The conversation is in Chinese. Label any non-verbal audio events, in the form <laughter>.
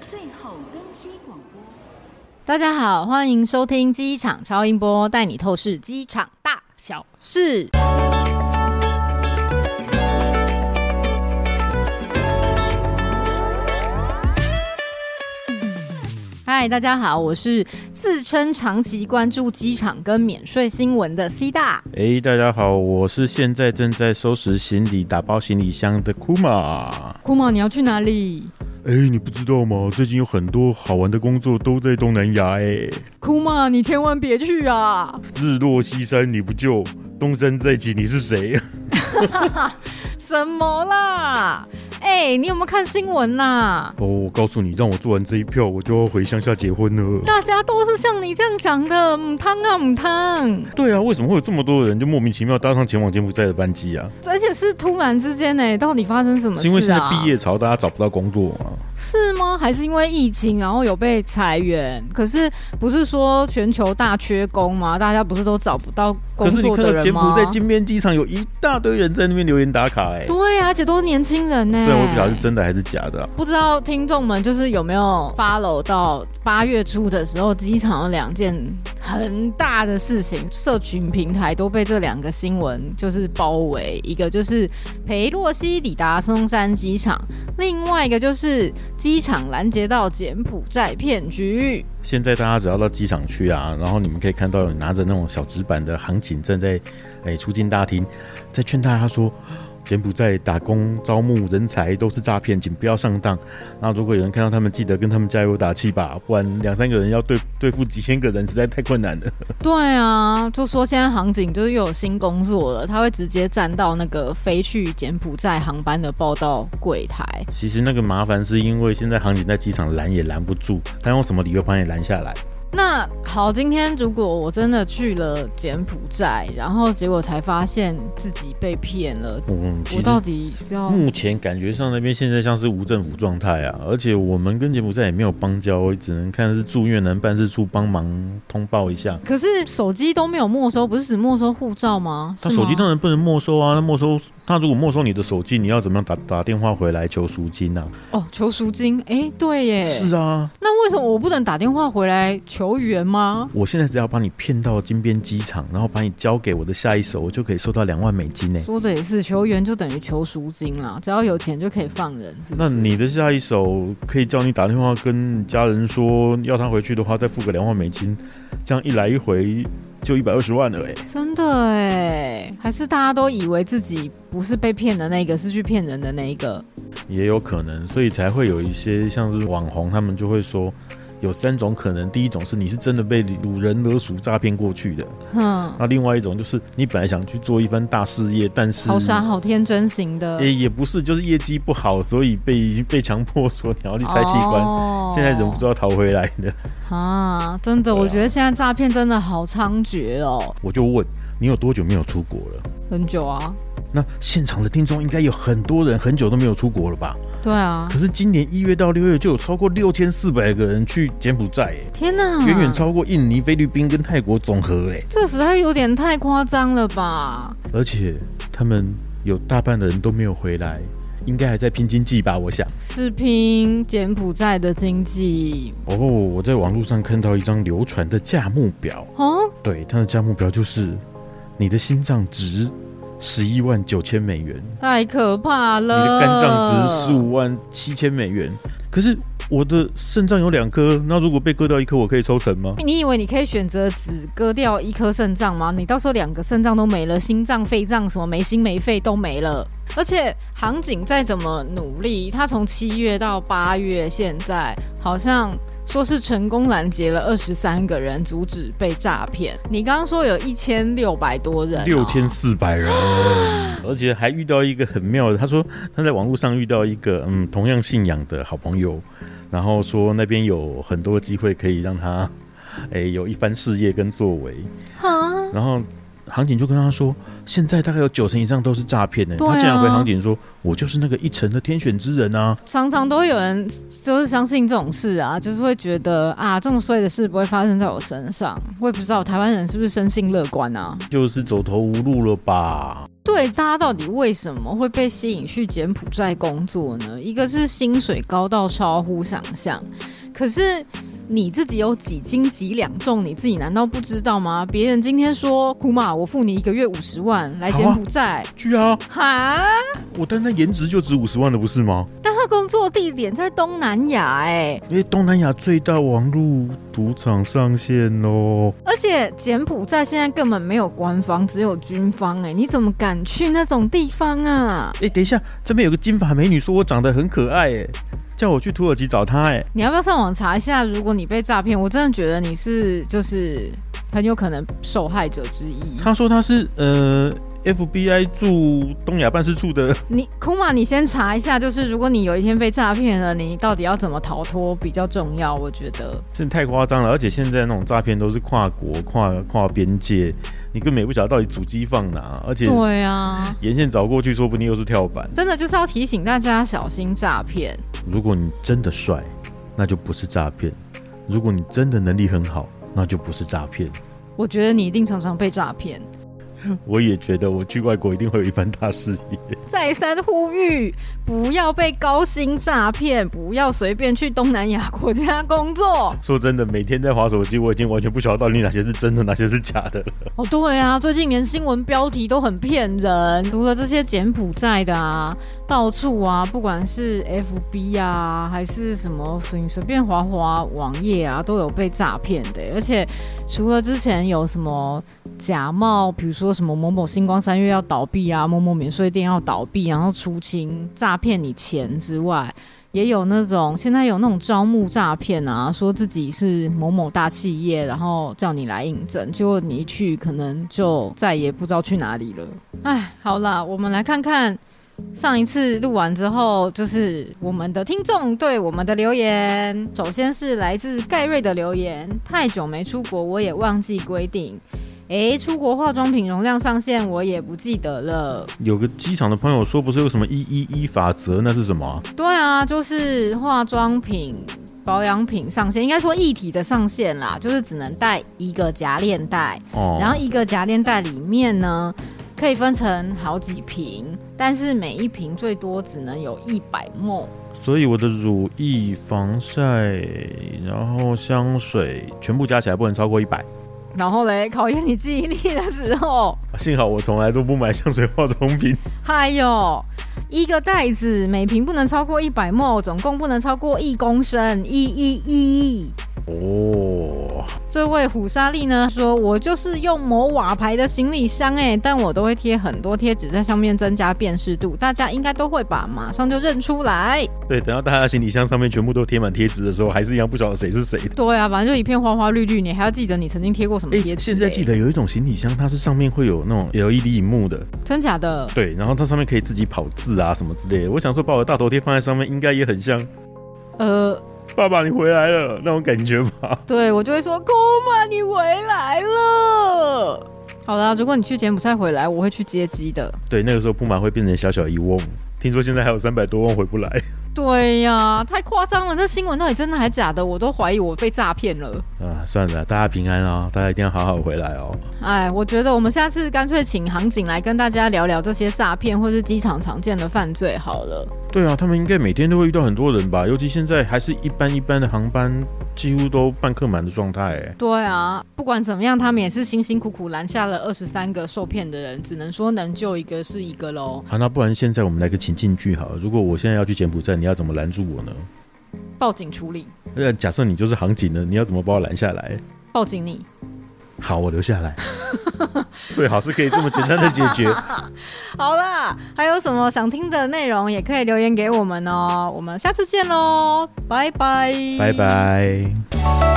最后更新广播。大家好，欢迎收听机场超音波，带你透视机场大小事。嗨，大家好，我是自称长期关注机场跟免税新闻的 C 大。哎、大家好，我是现在正在收拾行李、打包行李箱的库玛。库玛，你要去哪里？哎、你不知道吗？最近有很多好玩的工作都在东南亚哎、库玛，你千万别去啊！日落西山你不救，东山再起你是谁？什么啦？哎、你有没有看新闻啊呐、哦，我告诉你，让我做完这一票，我就要回乡下结婚了。大家都是像你这样想的，母汤啊母汤，对啊，为什么会有这么多人就莫名其妙搭上前往柬埔寨的班机啊？而且是突然之间呢、到底发生什么事啊？是因为现在毕业潮，大家找不到工作啊吗？是吗？还是因为疫情，然后有被裁员？可是不是说全球大缺工吗？大家不是都找不到工可是你作看的到人柬埔吗寨？金边机场有一大堆人在那边留言打卡哎、对啊，而且都是年轻人呢、虽然我不晓得是真的还是假的啊、不知道听众们就是有没有 follow 到八月初的时候，机场有两件很大的事情，社群平台都被这两个新闻就是包围，一个就是裴洛西抵达松山机场，另外一个就是机场拦截到柬埔寨骗局。现在大家只要到机场去啊，然后你们可以看到有拿着那种小纸板的航警站在哎、出境大厅，在劝大家说。柬埔寨打工招募人才都是诈骗，请不要上当。那如果有人看到他们，记得跟他们加油打气吧，不然两三个人要对对付几千个人，实在太困难了。对啊，就说现在航警就是又有新工作了，他会直接站到那个飞去柬埔寨航班的报到柜台。其实那个麻烦是因为现在航警在机场拦也拦不住，他用什么理由把你拦下来？那好，今天如果我真的去了柬埔寨，然后结果才发现自己被骗了，嗯，其我实嗯到底要目前感觉上那边现在像是无政府状态啊，而且我们跟柬埔寨也没有邦交，只能看是驻越南办事处帮忙通报一下。可是手机都没有没收，不是只没收护照吗？他是手机吗当然不能没收啊，那没收他如果没收你的手机，你要怎么样打打电话回来求赎金啊？哦，求赎金，哎，对耶，是啊，那为什么我不能打电话回来求援吗？我现在只要把你骗到金边机场，然后把你交给我的下一手，我就可以收到两万美金呢、说的也是，求援就等于求赎金啦，只要有钱就可以放人，是不那是？你的下一手可以叫你打电话跟家人说，要他回去的话再付个两万美金，这样一来一回就一百二十万了哎、真的哎，还是大家都以为自己不是被骗的那个，是去骗人的那一个？也有可能，所以才会有一些像是网红，他们就会说有三种可能：第一种是你是真的被掳人勒赎诈骗过去的；哼。那另外一种就是你本来想去做一番大事业，但是好呃傻好天真型的，也也不是，就是业绩不好，所以被被强迫说你要去拆器官，哦现在忍不住要逃回来的。啊！真的，对啊我觉得现在诈骗真的好猖獗哦，我就问你有多久没有出国了？很久啊，那现场的听众应该有很多人很久都没有出国了吧？对啊，可是今年一月到六月就有超过六千四百个人去柬埔寨、欸，天哪，远远超过印尼、菲律宾跟泰国总和哎，这实在有点太夸张了吧？而且他们有大半的人都没有回来，应该还在拼经济吧？我想。是拼柬埔寨的经济哦，我在网络上看到一张流传的价目表，哦，对，它的价目表就是你的心脏值十一万九千美元，太可怕你了，的肝脏值十五万七千美元，可是我的肾脏有两颗，那如果被割掉一颗，我可以抽成吗？你以为你可以选择只割掉一颗肾脏吗？你到时候两个肾脏都没了，心脏、肺脏什么没心没肺都没了。而且航警再怎么努力，他从七月到八月，现在好像说是成功拦截了二十三个人，阻止被诈骗。你刚刚说有一千六百多人、啊六千。四 <gasps> 百人，而且还遇到一个很妙的，他说他在网络上遇到一个嗯同样信仰的好朋友，然后说那边有很 <laughs> 多机会可以让他哎、有一番事业跟作为，啊然后航警就跟他说，现在大概有九成以上都是诈骗的。对啊他竟然回航警说，我就是那个一成的天选之人啊！常常都会有人就是相信这种事啊，就是会觉得啊，这么衰的事不会发生在我身上。我也不知道台湾人是不是生性乐观啊？就是走投无路了吧？对，大家到底为什么会被吸引去柬埔寨工作呢？一个是薪水高到超乎想象，可是你自己有几斤几两重，你自己难道不知道吗？别人今天说姑妈，我付你一个月五十万来柬埔寨，居然啊，哈、我单单颜值就值五十万了，不是吗？但他工作地点在东南亚、哎，因为东南亚最大网络赌场上线哦喽。而且柬埔寨现在根本没有官方，只有军方、哎，你怎么敢去那种地方啊？哎、等一下，这边有个金发美女说我长得很可爱，哎，叫我去土耳其找她，哎，你要不要上网查一下？如果你被诈骗，我真的觉得你是就是很有可能受害者之一。她说她是呃 FBI 驻东亚办事处的， <laughs> 你库玛，你先查一下，就是如果你有一天被诈骗了，你到底要怎么逃脱比较重要？我觉得真的太夸张了。而且现在那种诈骗都是跨国、跨跨边界，你根本也不晓得到底主机放哪，而且对啊，沿线找过去，说不定又是跳板。真的就是要提醒大家小心诈骗。如果你真的帅，那就不是诈骗；如果你真的能力很好，那就不是诈骗。我觉得你一定常常被诈骗。我也觉得我去外国一定会有一番大事业。再三呼吁，不要被高薪诈骗，不要随便去东南亚国家工作。说真的，每天在划手机，我已经完全不晓得到底哪些是真的，哪些是假的了。哦，对啊，最近连新闻标题都很骗人，除了这些柬埔寨的啊，到处啊，不管是 FB 啊，还是什么你随便划划网页啊，都有被诈骗的。而且除了之前有什么假冒，比如说什么某某星光三月要倒闭啊，某某免税店要倒闭，然后出清诈骗你钱之外。也有那种现在有那种招募诈骗啊，说自己是某某大企业，然后叫你来应征，结果你一去，可能就再也不知道去哪里了。哎，好啦，我们来看看上一次录完之后，就是我们的听众对我们的留言。首先是来自盖瑞的留言：太久没出国，我也忘记规定。诶，出国化妆品容量上限我也不记得了。有个机场的朋友说，不是有什么一一一法则，那是什么啊、对啊，就是化妆品、保养品上限，应该说一体的上限啦，就是只能带一个夹链袋，哦，然后一个夹链袋里面呢。可以分成好几瓶，但是每一瓶最多只能有一百沫。所以我的乳液、防晒，然后香水，全部加起来不能超过一百。然后嘞， <laughs> 考验你记忆力的时候，啊幸好我从来都不买香水化妆品。哎呦，一个袋子每瓶不能超过一百沫，总共不能超过一公升，一一一。哦，这位虎莎莉呢说：“我就是用某瓦牌的行李箱哎、但我都会贴很多贴纸在上面增加辨识度，大家应该都会吧，马上就认出来。对，等到大家的行李箱上面全部都贴满贴纸的时候，还是一样不晓得谁是谁的。对啊，反正就一片花花绿绿，你还要记得你曾经贴过什么哎、贴纸、欸现在记，得有一种行李箱，它是上面会有那种 LED 荧幕的，真假的？对，然后它上面可以自己跑字啊什么之类的。我想说，把我的大头贴放在上面，应该也很像呃， “爸爸你回来了”那种感觉吧。对我就会说：‘姑妈，你回来了。’好啦，如果你去柬埔寨回来，我会去接机的。 <laughs> 对，那个时候不满会变成小小一瓮。听说现在还有三百多万回不来对呀、太夸张了，这新闻到底真的还假的？我都怀疑我被诈骗了。”啊！算了，大家平安啊、大家一定要好好回来哦。哎，我觉得我们下次干脆请航警来跟大家聊聊这些诈骗或是机场常见的犯罪好了。对啊，他们应该每天都会遇到很多人吧？尤其现在还是一般一般的航班，几乎都半客满的状态、欸。对啊，不管怎么样，他们也是辛辛苦苦拦下了二十三个受骗的人，只能说能救一个是一个喽。好，那不然现在我们来个情境剧好了。如果我现在要去柬埔寨，你要怎么拦住我呢？报警处理，呃，假设你就是航警呢，你要怎么把我拦下来？报警你。好，我留下来。 <laughs> 最好是可以这么简单的解 <laughs> 决。好啦，还有什么想听的内容也可以哦留言给我们哦。我们下次见喽，拜拜，拜。拜。